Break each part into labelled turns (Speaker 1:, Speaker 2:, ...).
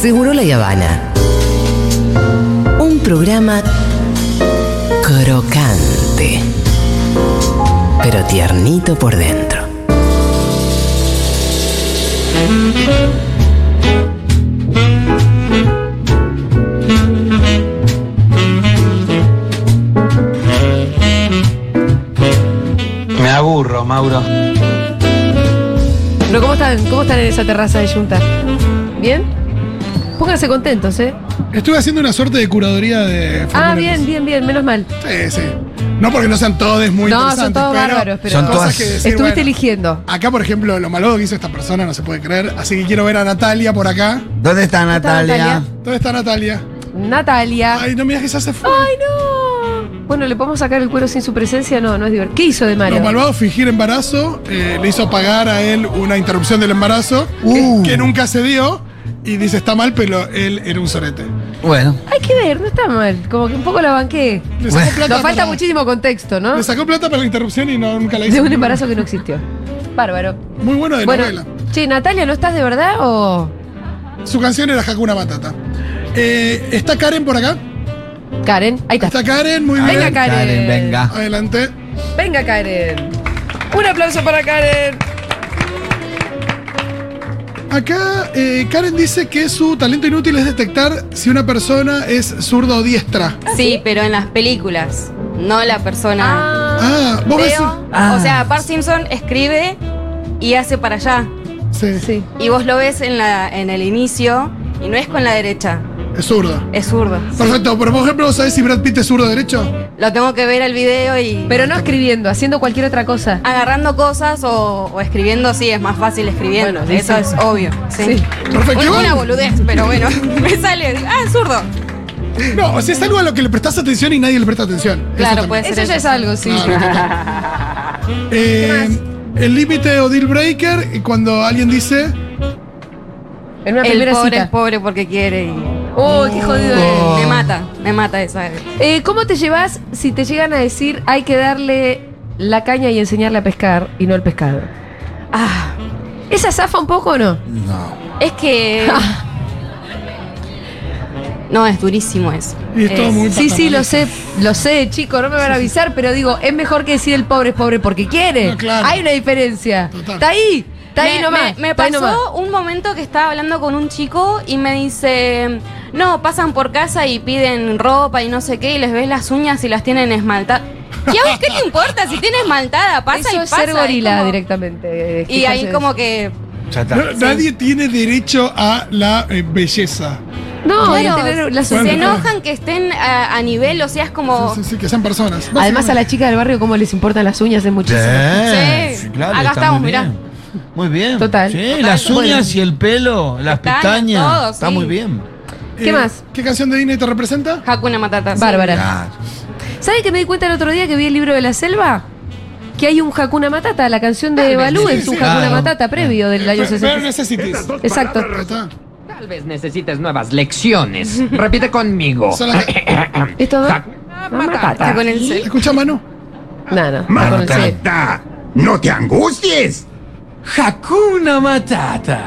Speaker 1: Seguro la Habana. Un programa crocante, pero tiernito por dentro.
Speaker 2: Me aburro, Mauro.
Speaker 3: Bueno, ¿cómo están? ¿Cómo están en esa terraza de Junta? ¿Bien? Pónganse contentos, ¿eh?
Speaker 4: Estuve haciendo una suerte de curaduría de
Speaker 3: Ah,
Speaker 4: Fórmula
Speaker 3: bien, bien, bien, menos mal.
Speaker 4: Sí, sí. No porque no sean todos muy
Speaker 3: No,
Speaker 4: interesantes,
Speaker 3: son todos
Speaker 4: pero
Speaker 3: bárbaros, pero-
Speaker 4: son
Speaker 3: Son
Speaker 4: cosas
Speaker 2: todas-
Speaker 4: que decir,
Speaker 3: Estuviste
Speaker 4: bueno,
Speaker 3: eligiendo.
Speaker 4: Acá, por ejemplo, lo malvado que hizo esta persona no se puede creer. Así que quiero ver a Natalia por acá.
Speaker 5: ¿Dónde está Natalia?
Speaker 3: Natalia?
Speaker 4: ¿Dónde está Natalia?
Speaker 3: Natalia.
Speaker 4: Ay, no miras que ya se fue.
Speaker 3: Ah. ¡Ay, no! Bueno, ¿le podemos sacar el cuero sin su presencia? No, no es divertido. ¿Qué hizo de
Speaker 4: Los
Speaker 3: Mario?
Speaker 4: malvados fingir embarazo, eh, le hizo pagar a él una interrupción del embarazo
Speaker 5: Uh.
Speaker 4: que, que nunca se dio y dice está mal, pero él era un sorete.
Speaker 5: Bueno,
Speaker 3: Hay que ver, no está mal. Como que un poco la banqué.
Speaker 4: Le sacó
Speaker 5: Bueno.
Speaker 4: plata
Speaker 3: Nos falta
Speaker 4: para-
Speaker 3: muchísimo contexto, ¿no?
Speaker 4: Le sacó plata para la interrupción y no, nunca la hizo.
Speaker 3: De un embarazo que no existió. Bárbaro.
Speaker 4: Muy bueno de novela.
Speaker 3: Bueno, che, Natalia, ¿no estás de verdad o...?
Speaker 4: Su canción era Hakuna Matata. Eh, ¿Está Karen por acá?
Speaker 3: Karen, ahí está.
Speaker 4: Está Karen, muy
Speaker 5: A
Speaker 4: bien.
Speaker 3: Venga,
Speaker 5: ver,
Speaker 3: Karen. Ah.
Speaker 5: venga.
Speaker 4: Adelante.
Speaker 3: Venga, Karen. Un aplauso para Karen.
Speaker 4: Acá eh, Karen dice que su talento inútil es detectar si una persona es zurda o diestra.
Speaker 6: Sí, pero en las películas, no la persona.
Speaker 4: Ah, vos ves.
Speaker 6: Veo-
Speaker 5: Ah.
Speaker 6: O sea, Bart Simpson escribe y hace para allá.
Speaker 4: Sí,
Speaker 3: Ah, Sí.
Speaker 6: Y vos lo ves en, la, en el inicio y no es con la derecha,
Speaker 4: es zurda.
Speaker 6: es zurdo.
Speaker 4: Perfecto, pero por ejemplo, ¿sabés si Brad Pitt es zurdo o derecho?
Speaker 6: Lo tengo que ver el video y
Speaker 3: Pero no escribiendo, haciendo cualquier otra cosa.
Speaker 6: agarrando cosas o, o escribiendo, sí, es más fácil escribiendo.
Speaker 3: Bueno,
Speaker 6: Eso
Speaker 3: sí.
Speaker 6: es obvio. Sí.
Speaker 3: Sí.
Speaker 4: Perfecto.
Speaker 6: Una,
Speaker 4: igual-
Speaker 6: una boludez, pero bueno, me sale. Ah, es zurdo.
Speaker 4: no, o sea, es algo a lo que le prestás atención y nadie le presta atención. Ah, Eso
Speaker 6: Claro,
Speaker 4: también.
Speaker 6: puede ser.
Speaker 3: Eso ya es algo, sí.
Speaker 4: Eh, el límite o deal breaker, eh, cuando alguien dice.
Speaker 3: En una
Speaker 6: El
Speaker 3: primera
Speaker 6: pobre Oh.
Speaker 3: cita.
Speaker 6: es pobre porque quiere y.
Speaker 3: Uy, qué jodido es.
Speaker 6: Me mata, me mata esa.
Speaker 3: Eh, ¿Cómo te llevas si te llegan a decir hay que darle la caña y enseñarle a pescar y no el pescado?
Speaker 6: Ah,
Speaker 3: ¿Esa zafa un poco o no?
Speaker 5: no.
Speaker 6: es que. No, es durísimo eso.
Speaker 4: Y es Eh, todo muy
Speaker 3: Eh, Sí, sí, lo
Speaker 4: patamalista.
Speaker 3: sé, lo sé, chico, no me van a avisar, pero digo, es mejor que decir el pobre es pobre porque quiere.
Speaker 4: No, claro.
Speaker 3: Hay una diferencia.
Speaker 4: Total.
Speaker 3: Está ahí, está ahí
Speaker 6: me,
Speaker 3: nomás.
Speaker 6: me- me
Speaker 3: está ahí nomás.
Speaker 6: pasó un momento que estaba hablando con un chico y me dice, no, pasan por casa y piden ropa y no sé qué y les ves las uñas y las tienen esmaltadas. ¿Y a vos qué te importa si tiene esmaltada? Pasa
Speaker 3: Eso
Speaker 6: y
Speaker 3: es
Speaker 6: pasa.
Speaker 3: ser
Speaker 6: es
Speaker 3: gorila
Speaker 6: como-
Speaker 3: directamente. eh,
Speaker 6: Y ahí
Speaker 3: fijarse
Speaker 6: como que...
Speaker 5: Ya está.
Speaker 4: No, Nadie tiene derecho a la eh, belleza.
Speaker 3: No,
Speaker 6: Claro,
Speaker 3: hay que tener la
Speaker 4: Bueno,
Speaker 6: se
Speaker 3: sensación-
Speaker 4: claro.
Speaker 6: enojan que estén a, a nivel, o sea, es como...
Speaker 4: Sí, sí, sí, que sean personas.
Speaker 3: Oh. Además a la chica del barrio cómo les importan las uñas es muchísimo.
Speaker 5: Sí,
Speaker 6: Sí.
Speaker 5: claro,
Speaker 6: Acá
Speaker 5: está
Speaker 6: estamos,
Speaker 5: muy
Speaker 6: mirá.
Speaker 5: bien. Muy bien.
Speaker 3: Total.
Speaker 5: Sí,
Speaker 3: Total.
Speaker 5: las
Speaker 3: Bueno.
Speaker 5: uñas y el pelo, las
Speaker 6: Pestañas,
Speaker 5: pestañas.
Speaker 6: todo,
Speaker 5: está
Speaker 6: sí.
Speaker 5: muy bien.
Speaker 3: ¿Qué más?
Speaker 4: eh, ¿Qué canción de Disney te representa?
Speaker 6: Hakuna Matata. sí.
Speaker 3: Bárbara.
Speaker 5: Claro.
Speaker 3: ¿Sabes que me di cuenta el otro día que vi el libro de la selva? Que hay un Hakuna Matata, la canción
Speaker 6: Ah,
Speaker 3: de Balú
Speaker 4: sí,
Speaker 3: es un
Speaker 4: sí.
Speaker 3: Hakuna
Speaker 5: Claro.
Speaker 3: Matata previo del año
Speaker 4: Bare
Speaker 3: 60.
Speaker 4: Necessities.
Speaker 3: Exacto.
Speaker 4: Ahí está.
Speaker 7: Tal vez necesites nuevas lecciones. Repite conmigo.
Speaker 4: Son las-
Speaker 3: ¿Esto no? Ah,
Speaker 7: Hakuna
Speaker 6: Está
Speaker 3: Matata.
Speaker 6: con el cel-
Speaker 4: Escucha, Manu.
Speaker 3: No, no. está con el C.
Speaker 8: ¡No te angusties!
Speaker 7: Hakuna Matata.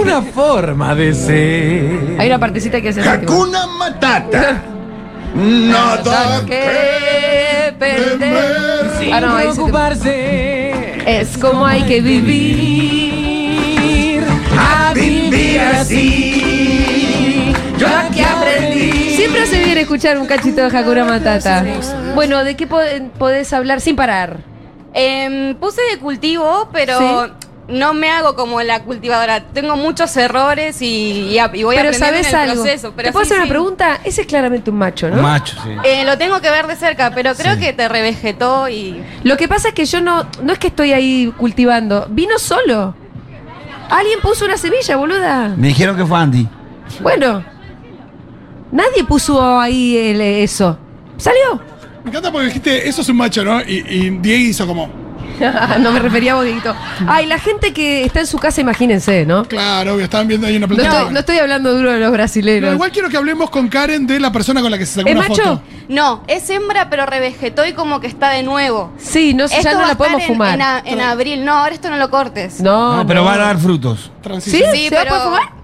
Speaker 7: Una forma de ser.
Speaker 3: Hay una partecita que hace el ritmo.
Speaker 8: ¡Hakuna Matata! Nada
Speaker 3: Nada Ah, que perder.
Speaker 7: Sin
Speaker 3: Ah, no, ahí se te-
Speaker 7: preocuparse.
Speaker 3: Es como hay que vivir.
Speaker 7: Vivir. A vivir así. Yo aquí aprendí.
Speaker 3: Siempre hace bien escuchar un cachito de Hakuna Matata. Bueno, ¿de qué po- podés hablar sin parar?
Speaker 6: Em, puse de cultivo, pero
Speaker 3: Sí.
Speaker 6: no me hago como la cultivadora. Tengo muchos errores y, y a- y voy
Speaker 3: Pero
Speaker 6: aprendiendo
Speaker 3: sabes
Speaker 6: en el
Speaker 3: algo.
Speaker 6: proceso. Pero
Speaker 3: ¿Te puedo
Speaker 6: sí,
Speaker 3: hacer una
Speaker 6: sí.
Speaker 3: pregunta? Ese es claramente un macho, ¿no?
Speaker 5: Un macho, sí.
Speaker 6: Eh, lo tengo que ver de cerca, pero creo que te revegetó y...
Speaker 3: Lo que pasa es que yo no, no es que estoy ahí cultivando, vino solo. Alguien puso una semilla, boluda.
Speaker 5: Me dijeron que fue Andy.
Speaker 3: Bueno, nadie puso ahí el- eh, eso. ¿Salió?
Speaker 4: Me encanta porque dijiste, eso es un macho, ¿no? Y, y Diego hizo como,
Speaker 3: Ah, no me refería a Bodeguito. Ay, la gente que está en su casa, imagínense, ¿no?
Speaker 4: claro, obvio, estaban viendo ahí una
Speaker 3: No
Speaker 4: plataforma.
Speaker 3: estoy, no estoy hablando duro de los brasileños.
Speaker 4: No, igual quiero que hablemos con Karen de la persona con la que se sacó
Speaker 3: ¿Es
Speaker 4: una
Speaker 3: macho?
Speaker 4: foto.
Speaker 6: No, es hembra, pero revegetó y como que está de nuevo.
Speaker 3: Sí, no, sé,
Speaker 6: Esto
Speaker 3: ya no
Speaker 6: va a
Speaker 3: la
Speaker 6: estar
Speaker 3: podemos
Speaker 6: en-
Speaker 3: fumar.
Speaker 6: En, a- en abril, no, ahora esto no lo cortes.
Speaker 3: No,
Speaker 5: No, pero van a dar frutos.
Speaker 3: ¿Sí?
Speaker 4: Transición.
Speaker 3: ¿Se va a poder fumar?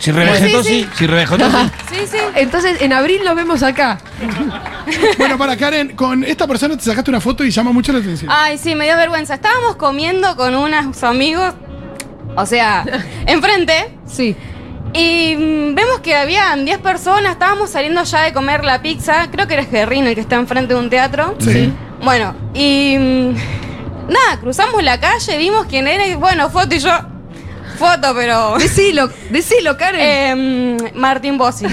Speaker 5: Si revejentó,
Speaker 3: Sí, sí,
Speaker 5: sí. Si revejentó, sí.
Speaker 6: Sí, sí.
Speaker 3: Entonces, en abril los vemos acá.
Speaker 4: Bueno, para Karen, con esta persona te sacaste una foto y llama mucho la atención.
Speaker 3: Ah,
Speaker 6: Ay, sí, me dio vergüenza. Estábamos comiendo con unos amigos, o sea, enfrente,
Speaker 3: Sí.
Speaker 6: y mm, vemos que habían 10 personas, estábamos saliendo ya de comer la pizza, creo que era Gerrín el que está enfrente de un teatro.
Speaker 4: Sí.
Speaker 6: Bueno, y mm, nada, cruzamos la calle, vimos quién era y bueno, foto y yo, foto, pero...
Speaker 3: Decilo, decilo, Karen.
Speaker 6: Eh, mm, Martín Bossi.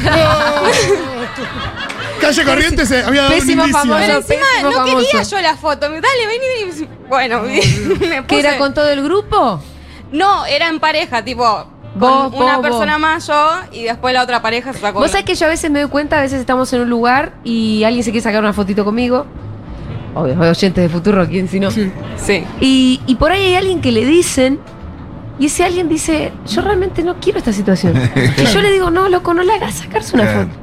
Speaker 4: Calle Corrientes eh, había dado un
Speaker 3: Pésimo
Speaker 4: indicio.
Speaker 3: famoso.
Speaker 6: Pero encima
Speaker 3: Pésimo
Speaker 6: no quería
Speaker 3: famoso.
Speaker 6: yo la foto. Me- Dale, vení, vení. Bueno, me
Speaker 3: ¿Que
Speaker 6: Eh, puse-
Speaker 3: era con todo el grupo?
Speaker 6: No, era en pareja, tipo. con
Speaker 3: Vos,
Speaker 6: una
Speaker 3: vos,
Speaker 6: persona
Speaker 3: vos.
Speaker 6: más yo y después la otra pareja se sacó.
Speaker 3: Vos sabés que yo a veces me doy cuenta, a veces estamos en un lugar y alguien se quiere sacar una fotito conmigo. Obvio, oyentes de futuro, quién si no.
Speaker 6: Sí.
Speaker 3: Y, y por ahí hay alguien que le dicen, y ese alguien dice, yo realmente no quiero esta situación. y yo le digo, no, loco, no le hagas sacarse una
Speaker 8: Claro.
Speaker 3: foto.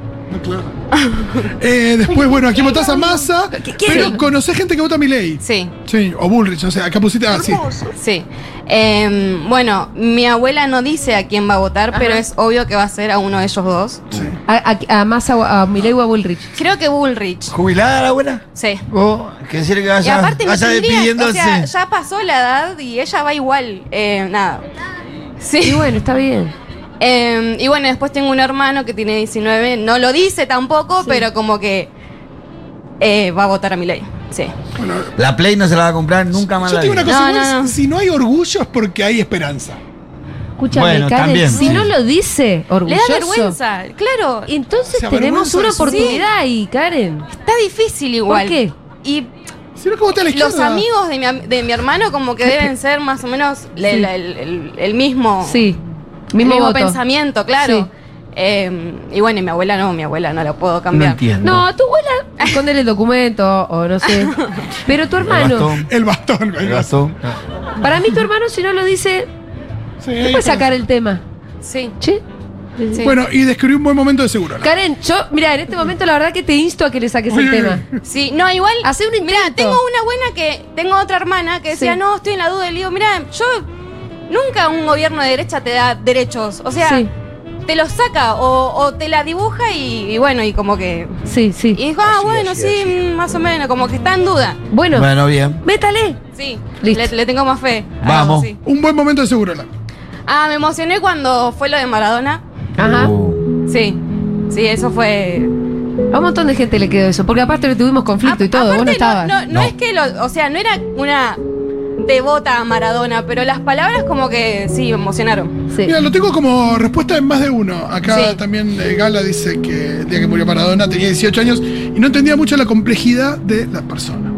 Speaker 4: Ah, Eh, después, bueno, aquí votás a Massa,
Speaker 3: ¿Qué quiere?
Speaker 4: pero conocés gente que vota a Milei.
Speaker 6: Sí,
Speaker 4: Sí, o Bullrich, o sea, acá pusiste. Ah, sí.
Speaker 6: sí. Em, bueno, mi abuela no dice a quién va a votar, pero es obvio que va a ser a uno de ellos dos.
Speaker 4: sí.
Speaker 3: A, a, a Massa o a Milei o a Bullrich.
Speaker 6: Creo que Bullrich.
Speaker 5: ¿Jubilada la abuela?
Speaker 6: Sí.
Speaker 5: O que decir que
Speaker 6: Y
Speaker 5: vaya,
Speaker 6: aparte no
Speaker 5: vaya
Speaker 6: tendría,
Speaker 5: despidiéndose.
Speaker 6: o sea, ya pasó la edad y ella va igual. Eh, nada.
Speaker 3: Y
Speaker 6: Sí.
Speaker 3: bueno, está bien.
Speaker 6: Em, y bueno, después tengo un hermano que tiene 19, no lo dice tampoco, pero como que eh, va a votar a mi ley. Sí.
Speaker 5: La Play no se la va a comprar nunca más
Speaker 4: Yo
Speaker 5: la
Speaker 4: te digo una
Speaker 5: vida.
Speaker 4: cosa:
Speaker 6: No,
Speaker 4: igual,
Speaker 6: no, no.
Speaker 4: si no hay orgullo es porque hay esperanza.
Speaker 3: Escúchame,
Speaker 5: Bueno,
Speaker 3: Karen,
Speaker 5: también,
Speaker 3: si
Speaker 5: sí.
Speaker 3: no lo dice,
Speaker 6: Le
Speaker 3: orgulloso.
Speaker 6: da vergüenza, claro. Y
Speaker 3: Entonces
Speaker 4: Se
Speaker 3: tenemos
Speaker 4: avergüenza
Speaker 3: una
Speaker 4: de su-
Speaker 3: oportunidad ahí, Karen.
Speaker 6: está difícil igual.
Speaker 3: ¿Por qué?
Speaker 6: Y
Speaker 4: Si no, como te a la
Speaker 6: los
Speaker 4: izquierda.
Speaker 6: amigos de mi, am- de mi hermano como que deben ser más o menos le- la- el, el- el mismo,
Speaker 3: Sí.
Speaker 6: el
Speaker 3: Mismo,
Speaker 6: mismo
Speaker 3: voto.
Speaker 6: pensamiento, claro.
Speaker 3: Sí.
Speaker 6: Em, y bueno, y mi abuela no, mi abuela no la puedo
Speaker 5: No
Speaker 6: cambiar.
Speaker 5: entiendo.
Speaker 3: No, tu abuela esconder el documento o no sé. Pero tu
Speaker 5: El
Speaker 3: hermano,
Speaker 5: bastón.
Speaker 4: El bastón,
Speaker 5: El
Speaker 4: el bastón.
Speaker 5: bastón.
Speaker 3: para mí tu hermano si no lo dice,
Speaker 4: Sí,
Speaker 3: no
Speaker 4: hay
Speaker 3: puede
Speaker 4: esperanza.
Speaker 3: sacar el tema.
Speaker 6: sí.
Speaker 3: Che.
Speaker 6: sí.
Speaker 4: Bueno, y describí un buen momento de seguro. ¿no?
Speaker 3: Karen, yo, mira, en este momento la verdad que te insto a que le saques
Speaker 4: Uy,
Speaker 3: el
Speaker 4: uy, uy.
Speaker 3: tema.
Speaker 6: Sí, no, igual.
Speaker 3: Hacé un
Speaker 6: Mira,
Speaker 3: intento.
Speaker 6: tengo una buena que. Tengo otra hermana que decía,
Speaker 3: Sí.
Speaker 6: no, estoy en la duda. Y le digo, mira, yo. Nunca un gobierno de derecha te da derechos. O sea,
Speaker 3: Sí.
Speaker 6: te los saca o, o te la dibuja y, y bueno, y como que.
Speaker 3: Sí, sí.
Speaker 6: Y dijo, ah, bueno, sí, mm, más o menos, como que está en duda.
Speaker 3: Bueno,
Speaker 5: Bueno, bien.
Speaker 3: métale.
Speaker 6: Sí,
Speaker 3: Listo.
Speaker 6: le, le tengo más fe. Ah,
Speaker 5: Vamos.
Speaker 6: sí.
Speaker 4: Un buen momento de seguro. ¿no?
Speaker 6: Ah, me emocioné cuando fue lo de Maradona.
Speaker 3: Ajá.
Speaker 5: Uh,
Speaker 6: Sí, sí, eso fue.
Speaker 3: A un montón de gente le quedó eso, porque aparte le tuvimos conflicto
Speaker 6: A-
Speaker 3: y todo, vos no
Speaker 6: aparte,
Speaker 3: estabas.
Speaker 6: No, no
Speaker 5: No.
Speaker 6: es que lo, o sea, no era una devota a Maradona, pero las palabras como que sí me emocionaron.
Speaker 3: Sí.
Speaker 4: Mira, lo tengo como respuesta en más de uno. Acá
Speaker 6: Sí.
Speaker 4: también eh, Gala dice que el día que murió Maradona tenía 18 años y no entendía mucho la complejidad de la persona.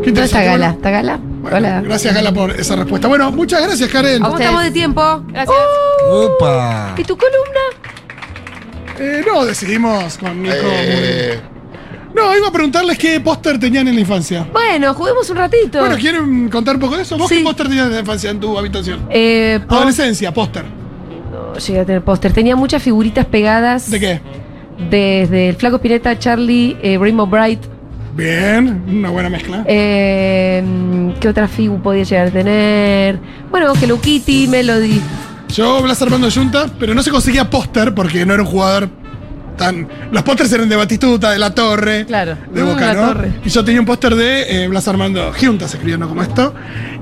Speaker 4: Qué
Speaker 3: ¿Dónde está
Speaker 4: interesante,
Speaker 3: Gala?
Speaker 4: bueno.
Speaker 3: ¿Está Gala?
Speaker 4: Bueno,
Speaker 3: Hola.
Speaker 4: Gracias, Gala, por esa respuesta. Bueno, muchas gracias, Karen.
Speaker 3: ¿Cómo
Speaker 6: ustedes.
Speaker 3: estamos de tiempo?
Speaker 6: Gracias.
Speaker 5: Opa.
Speaker 3: ¿Y tu columna?
Speaker 4: Eh, no, decidimos con Nico. Murri. No, iba a preguntarles qué póster tenían en la infancia.
Speaker 3: Bueno, juguemos un ratito.
Speaker 4: Bueno, ¿quieren contar un poco de eso? ¿Vos
Speaker 3: Sí.
Speaker 4: qué póster tenías en la infancia en tu habitación?
Speaker 3: eh, po-
Speaker 4: Adolescencia, póster.
Speaker 3: no, llegué a tener póster. Tenía muchas figuritas pegadas.
Speaker 4: ¿De qué?
Speaker 3: Desde el Flaco Pineta, Charlie, eh, Rainbow Bright.
Speaker 4: Bien, una buena mezcla.
Speaker 3: eh, ¿Qué otra figu podía llegar a tener? Bueno, Hello Kitty, Melody.
Speaker 4: Yo, Blas Armando Yunta, pero no se conseguía póster porque no era un jugador tan. Los pósters eran de Batistuta, de La Torre.
Speaker 3: Claro.
Speaker 4: De
Speaker 3: Mm,
Speaker 4: Boca,
Speaker 3: La
Speaker 4: ¿no?
Speaker 3: Torre.
Speaker 4: Y yo tenía un póster de eh, Blas Armando Junta, se escribió, ¿no? Como esto.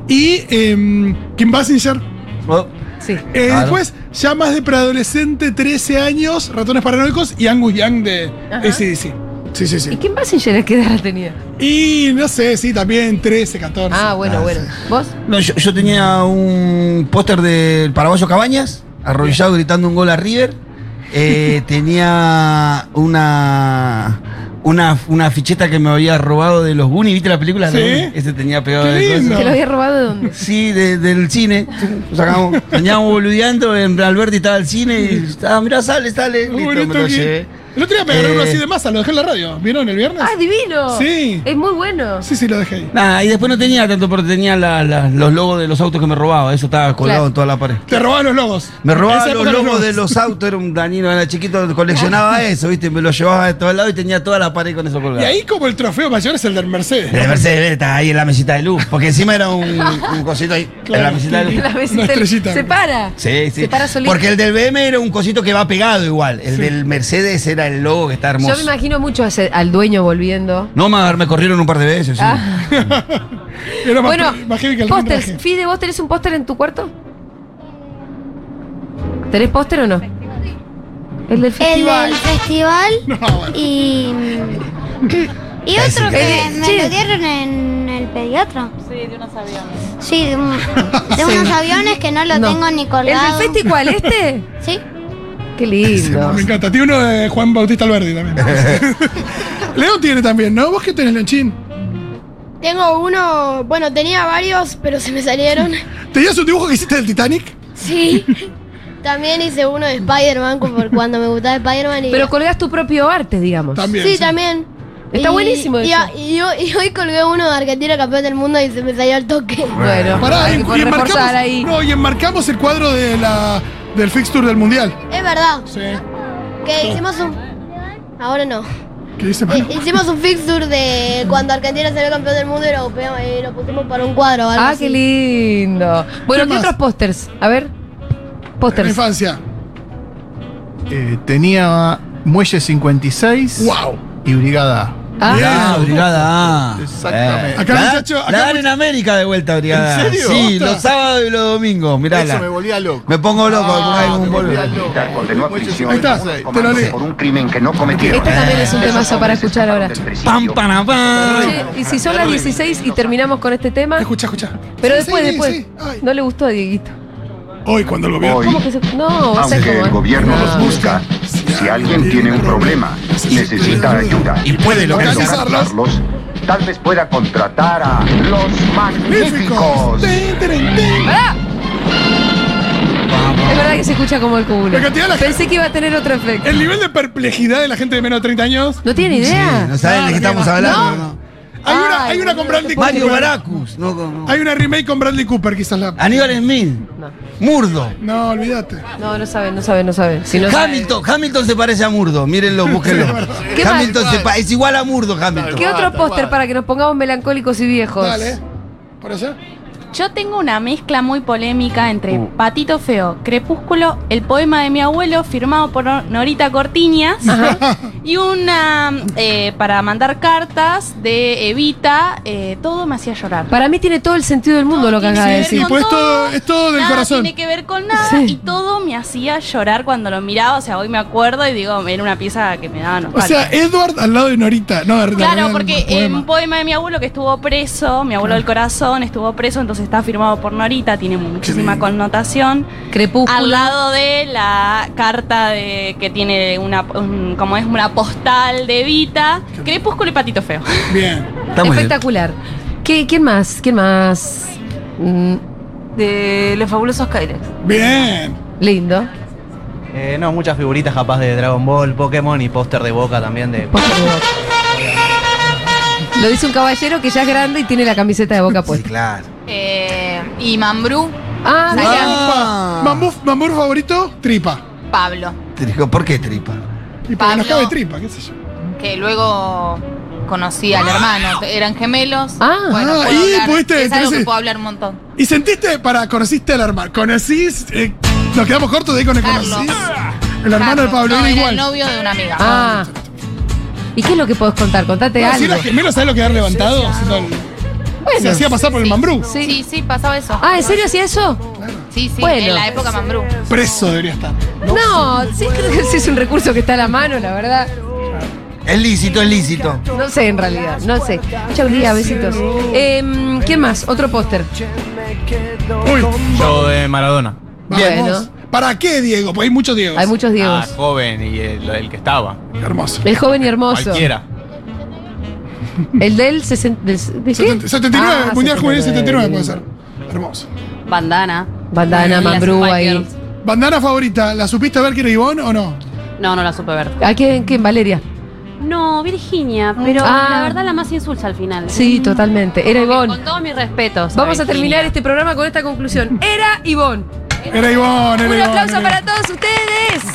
Speaker 4: Y eh, Kim Basinger.
Speaker 5: Oh,
Speaker 3: Sí.
Speaker 4: Eh,
Speaker 5: Claro.
Speaker 4: Después, ya más de preadolescente, 13 años, Ratones Paranoicos y Angus Young de ACDC. Sí, sí,
Speaker 3: ¿Y
Speaker 4: sí.
Speaker 3: quién más sin qué edad tenía?
Speaker 4: Y no sé, sí, también 13, 14.
Speaker 3: Ah, bueno, bueno. ¿Vos?
Speaker 5: No, yo, yo tenía un póster del paraguayo Cabañas, arrodillado gritando un gol a River. Eh, tenía una, una una ficheta que me había robado de los Goonies, ¿viste la película?
Speaker 4: Sí.
Speaker 5: Este tenía pegado
Speaker 4: Qué
Speaker 5: de cosas.
Speaker 4: lindo.
Speaker 3: ¿Te lo había robado de dónde?
Speaker 5: Sí, de- del cine. Lo Sacamos, veníamos boludeando, en Alberti estaba el cine y estaba, mirá, sale, sale.
Speaker 4: Muy
Speaker 5: Listo, me
Speaker 4: bonito
Speaker 5: lo
Speaker 4: aquí.
Speaker 5: llevé.
Speaker 4: El otro día me agarré
Speaker 5: Eh.
Speaker 4: uno así de masa, lo dejé en la radio. ¿Vieron el viernes?
Speaker 3: ¡Ah, divino!
Speaker 4: Sí.
Speaker 3: Es muy bueno.
Speaker 4: Sí, sí, lo dejé ahí.
Speaker 5: Nah, y después no tenía tanto, pero tenía la- la- los logos de los autos que me robaba. Eso estaba colgado
Speaker 3: Claro.
Speaker 5: en toda la pared.
Speaker 4: Te robaban los logos.
Speaker 5: Me robaba
Speaker 4: Esa
Speaker 5: los
Speaker 4: época
Speaker 5: logos de los autos, era un danino, era chiquito, coleccionaba eso, ¿viste? Me lo llevaba de todos lados y tenía toda la pared con eso colgado.
Speaker 4: Y ahí como el trofeo mayor es el del Mercedes.
Speaker 5: El Mercedes-Benz está ahí en la mesita de luz, porque encima era un, un cosito ahí, en la
Speaker 4: Claro.
Speaker 5: mesita de luz.
Speaker 3: La
Speaker 4: Una
Speaker 3: besita
Speaker 4: estrellita.
Speaker 3: se para.
Speaker 5: Sí, sí.
Speaker 3: Se para solito.
Speaker 5: Porque el del BM era un cosito que va pegado igual. El del Mercedes era el logo que está hermoso.
Speaker 3: Yo me imagino mucho a ese- al dueño volviendo.
Speaker 5: No, más me corrieron un par de veces. sí.
Speaker 3: Ah,
Speaker 4: Era más,
Speaker 3: bueno,
Speaker 4: más heavy que el
Speaker 3: pósters.
Speaker 4: rindraje.
Speaker 3: Fide, ¿vos tenés un póster en tu cuarto? ¿Tenés póster o no? El del
Speaker 9: El
Speaker 3: festival.
Speaker 9: del festival
Speaker 4: No, bueno.
Speaker 9: y. Y otro que
Speaker 3: Eh,
Speaker 9: me
Speaker 3: che.
Speaker 9: lo dieron en el pediatra.
Speaker 10: Sí, de unos aviones.
Speaker 9: Sí, de, un- de unos aviones que no lo
Speaker 3: No.
Speaker 9: tengo ni
Speaker 3: ¿El del
Speaker 9: colgado.
Speaker 3: festi cuál? ¿Este?
Speaker 9: Sí.
Speaker 3: Qué lindo.
Speaker 4: Me encanta. Tiene uno de Juan Bautista Alberdi también. Leo tiene también, ¿no? ¿Vos qué tenés, Lanchín?
Speaker 9: Tengo uno, bueno, tenía varios, pero se me salieron.
Speaker 4: ¿Tenías un dibujo que hiciste del Titanic?
Speaker 9: Sí. También hice uno de Spider-Man por cuando me gustaba Spider-Man. y-
Speaker 3: Pero colgás tu propio arte, digamos.
Speaker 4: También.
Speaker 9: sí, también.
Speaker 3: Está
Speaker 9: Y-
Speaker 3: buenísimo
Speaker 9: Y,
Speaker 3: eso.
Speaker 9: y hoy- y hoy colgué uno de Argentina campeón del mundo y se me salió el toque.
Speaker 3: Bueno,
Speaker 4: Pará,
Speaker 3: hay que
Speaker 4: y, y enmarcamos,
Speaker 3: reforzar ahí.
Speaker 4: no, y enmarcamos el cuadro de la, del fixture del mundial.
Speaker 9: Es verdad,
Speaker 4: Sí.
Speaker 9: que hicimos un... Ahora no.
Speaker 4: ¿Qué dice
Speaker 9: Eh,
Speaker 4: Manu?
Speaker 9: hicimos un fixture de cuando Argentina salió campeón del mundo y lo, pe- eh, lo pusimos para un cuadro. o algo
Speaker 3: Ah,
Speaker 9: así.
Speaker 3: qué lindo. Bueno,
Speaker 4: ¿Qué
Speaker 3: ¿qué
Speaker 4: más?
Speaker 3: otros pósters? A ver.
Speaker 4: En la
Speaker 3: Pósters.
Speaker 4: infancia.
Speaker 11: Eh, tenía Muelle 56
Speaker 4: ¡Wow!
Speaker 11: y Brigada
Speaker 5: Mirá,
Speaker 3: Ah,
Speaker 5: Brigada A.
Speaker 11: Exactamente.
Speaker 4: Acá,
Speaker 5: la,
Speaker 4: muchacho, acá,
Speaker 5: la dan
Speaker 4: muchacho.
Speaker 5: en América de vuelta, Brigada.
Speaker 4: ¿En serio?
Speaker 5: Sí,
Speaker 4: Posta.
Speaker 5: los sábados y los domingos, mirá.
Speaker 11: Eso me volvía loco.
Speaker 5: Me pongo loco,
Speaker 11: Ah,
Speaker 5: hay un
Speaker 11: me volvía
Speaker 5: boludo.
Speaker 11: loco.
Speaker 8: Condenó a
Speaker 11: Muelle
Speaker 8: prisión
Speaker 4: Ahí está, te lo leí.
Speaker 8: por un crimen que no cometieron.
Speaker 3: este también es un temazo para escuchar ahora.
Speaker 5: Pam, pam, pam.
Speaker 3: Che, y si son las 16 y terminamos con este tema,
Speaker 4: Escucha, escucha.
Speaker 3: pero
Speaker 4: Sí,
Speaker 3: después,
Speaker 4: sí,
Speaker 3: después,
Speaker 4: sí. Ay.
Speaker 3: no le gustó a Dieguito.
Speaker 4: Hoy, cuando el gobierno.
Speaker 8: Hoy,
Speaker 3: ¿Cómo que se.? No, o sea,
Speaker 8: aunque
Speaker 3: como-
Speaker 8: el gobierno
Speaker 3: No.
Speaker 8: los busca, si alguien tiene un problema, necesita ayuda
Speaker 5: Y puede
Speaker 4: localizarlos.
Speaker 8: localizarlos, tal vez pueda contratar a los magníficos.
Speaker 4: Magníficos. Tin, tin, tin.
Speaker 3: ¡Pará! Es verdad que se escucha como el culo.
Speaker 4: La cantidad de la-
Speaker 3: Pensé que iba a tener otro efecto.
Speaker 4: El nivel de perplejidad de la gente de menos de 30 años.
Speaker 3: ¿No tiene idea?
Speaker 5: No saben de qué estamos hablando. no.
Speaker 4: Hay una,
Speaker 3: Ay,
Speaker 4: hay una con
Speaker 3: boludo,
Speaker 4: Bradley
Speaker 3: te puedo
Speaker 4: Cooper.
Speaker 5: Mario Baracus. No, no, no.
Speaker 4: Hay una remake con Bradley Cooper, quizás la.
Speaker 5: Aníbal Smith. Murdo.
Speaker 4: No, olvídate.
Speaker 3: No, no saben, no saben, no saben. Si no saben-
Speaker 5: Hamilton, Hamilton se parece a Murdo, mírenlo, búsquenlo.
Speaker 3: ¿Qué
Speaker 5: Hamilton
Speaker 11: más?
Speaker 5: se pa- es igual a Murdo, Hamilton.
Speaker 3: ¿Qué otro
Speaker 11: Basta,
Speaker 3: póster
Speaker 11: basta.
Speaker 3: para que nos pongamos melancólicos y viejos?
Speaker 4: Dale. ¿Por allá?
Speaker 10: Yo tengo una mezcla muy polémica entre Patito Feo, Crepúsculo, el poema de mi abuelo firmado por Nor- Norita Cortiñas y una eh, para mandar cartas de Evita. eh, todo me hacía llorar.
Speaker 3: Para mí tiene todo el sentido del mundo lo que acaba de
Speaker 10: tiene que
Speaker 3: decir.
Speaker 10: ver con
Speaker 4: Pues todo- es todo del
Speaker 10: nada
Speaker 4: corazón.
Speaker 10: tiene que ver con nada
Speaker 3: Sí.
Speaker 10: y todo me hacía llorar cuando lo miraba. O sea, hoy me acuerdo y digo, era una pieza que me daba
Speaker 4: O
Speaker 10: nostalgia.
Speaker 4: sea, Edward al lado de Norita. No, de-
Speaker 10: Claro,
Speaker 4: de-
Speaker 10: porque
Speaker 4: de-
Speaker 10: en un poema de mi abuelo que estuvo preso, mi abuelo del corazón estuvo preso, entonces está firmado por Norita, tiene muchísima
Speaker 4: lindo.
Speaker 10: connotación. Al
Speaker 3: Crepúsculo.
Speaker 10: lado de la carta de que tiene una, un- como es una postal de Evita, Crepúsculo y Patito Feo.
Speaker 4: Bien.
Speaker 5: Está muy bien.
Speaker 3: Espectacular. ¿Qué- ¿Quién más? ¿Quién más? Mm,
Speaker 12: De los fabulosos Kylex.
Speaker 4: Bien.
Speaker 3: lindo.
Speaker 12: Eh, no, muchas figuritas capaz de Dragon Ball, Pokémon y póster de boca también de.
Speaker 3: Póster de Boca. Lo dice un caballero que ya es grande y tiene la camiseta de boca
Speaker 5: Sí,
Speaker 3: puesta.
Speaker 5: claro.
Speaker 10: Eh,
Speaker 12: Y Mambrú,
Speaker 3: Ah, mira.
Speaker 5: Ah.
Speaker 4: Mamur mamur favorito, tripa.
Speaker 12: Pablo,
Speaker 5: Tripa, ¿Por qué tripa?
Speaker 4: Y porque
Speaker 12: Pablo.
Speaker 4: nos cabe tripa, qué sé yo.
Speaker 12: que luego conocí al hermano, eran gemelos.
Speaker 3: Ah.
Speaker 12: bueno,
Speaker 4: Ah,
Speaker 12: puedo
Speaker 4: y
Speaker 12: hablar,
Speaker 4: pudiste-
Speaker 12: es algo
Speaker 4: tenés-
Speaker 12: que puedo hablar un montón.
Speaker 4: Y sentiste, para, conociste al hermano. Conocís, eh, nos quedamos cortos de ahí con el
Speaker 12: Carlos.
Speaker 4: conocís. El hermano de
Speaker 12: Carlos,
Speaker 4: Pablo
Speaker 12: no,
Speaker 4: era
Speaker 12: era
Speaker 4: igual.
Speaker 12: el novio de una amiga.
Speaker 3: Ah. ¿Y qué es lo que podés contar? Contate
Speaker 4: Ah, No, si
Speaker 3: algo.
Speaker 4: era gemelo, ¿sabes lo que había levantado? Haciendo el- Se hacía pasar por el mambrú.
Speaker 12: Sí. sí, pasaba eso.
Speaker 3: Ah, ¿en serio hacía eso?
Speaker 12: Sí, sí,
Speaker 3: Bueno.
Speaker 12: en la época Mambrú.
Speaker 4: Preso debería estar.
Speaker 3: No, sí creo que sí es un recurso que está a la mano, la verdad.
Speaker 5: Es lícito, es lícito.
Speaker 3: No sé en realidad, no sé. Chau, día, besitos. Em, ¿Quién más? Otro póster.
Speaker 4: Uy,
Speaker 12: Yo de Maradona.
Speaker 4: bien.
Speaker 3: Bueno.
Speaker 4: ¿Para qué, Diego? Porque hay muchos Diegos.
Speaker 3: Hay muchos Diegos.
Speaker 12: Ah,
Speaker 4: Ah,
Speaker 12: joven y el, que estaba.
Speaker 4: Hermoso.
Speaker 3: El joven y hermoso. El del 60. Del, ¿de qué?
Speaker 4: 70, 79,
Speaker 3: Ah,
Speaker 4: Mundial Juvenil 79 puede ser. Hermoso.
Speaker 10: bandana.
Speaker 3: Bandana,
Speaker 10: Las
Speaker 3: mambrú
Speaker 10: Spice
Speaker 3: ahí.
Speaker 10: Girls.
Speaker 4: ¿Bandana favorita? ¿La supiste ver que era Ivonne o no?
Speaker 6: No, no la supe ver.
Speaker 3: ¿A quién? ¿Quién? Valeria.
Speaker 6: No, Virginia, pero
Speaker 3: Ah.
Speaker 6: la verdad la más insulsa al final.
Speaker 3: Sí, totalmente. Era Ivonne.
Speaker 6: Con todos mis respetos.
Speaker 3: Vamos a terminar
Speaker 6: Virginia.
Speaker 3: este programa con esta conclusión. Era Ivonne.
Speaker 4: Era Ivonne, era
Speaker 3: Un
Speaker 4: Ivonne,
Speaker 3: aplauso
Speaker 4: era
Speaker 3: para todos ustedes.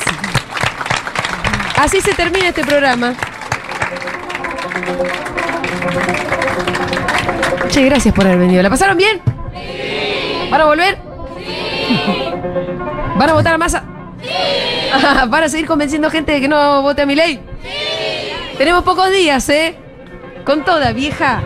Speaker 3: Así se termina este programa. Che, gracias por haber venido. ¿La pasaron bien? Sí. ¿Van a volver? Sí. ¿Van a votar a masa? Sí. ¿Van a seguir convenciendo gente de que no vote a mi ley? Sí. Tenemos pocos días, ¿eh? Con toda, vieja.